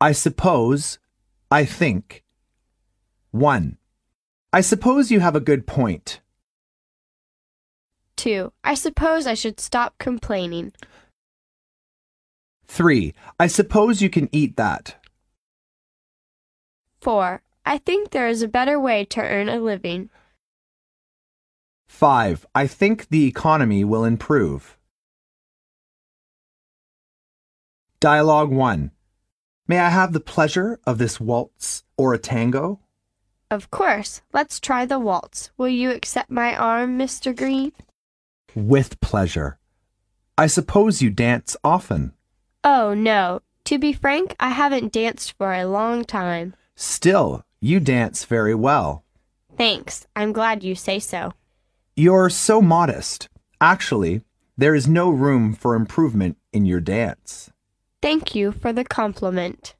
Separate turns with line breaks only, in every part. I suppose, I think. 1. I suppose you have a good point.
2. I suppose I should stop complaining.
3. I suppose you can eat that.
4. I think there is a better way to earn a living.
5. I think the economy will improve. Dialogue 1. May I have the pleasure of this waltz or a tango?
Of course. Let's try the waltz. Will you accept my arm, Mr. Green?
With pleasure. I suppose you dance often.
Oh, no. To be frank, I haven't danced for a long time.
Still, you dance very well.
Thanks. I'm glad you say so.
You're so modest. Actually, there is no room for improvement in your dance.
Thank you for the compliment.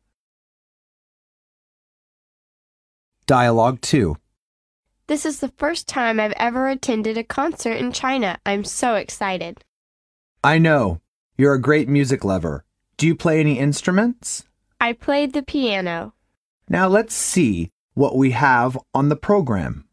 Dialogue 2.
This is the first time I've ever attended a concert in China. I'm so excited.
I know. You're a great music lover. Do you play any instruments?
I played the piano.
Now let's see what we have on the program.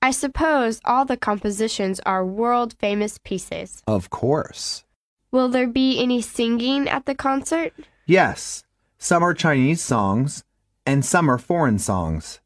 I suppose all the compositions are world famous pieces.
Of course.
Will there be any singing at the concert?
Yes, some are Chinese songs and some are foreign songs.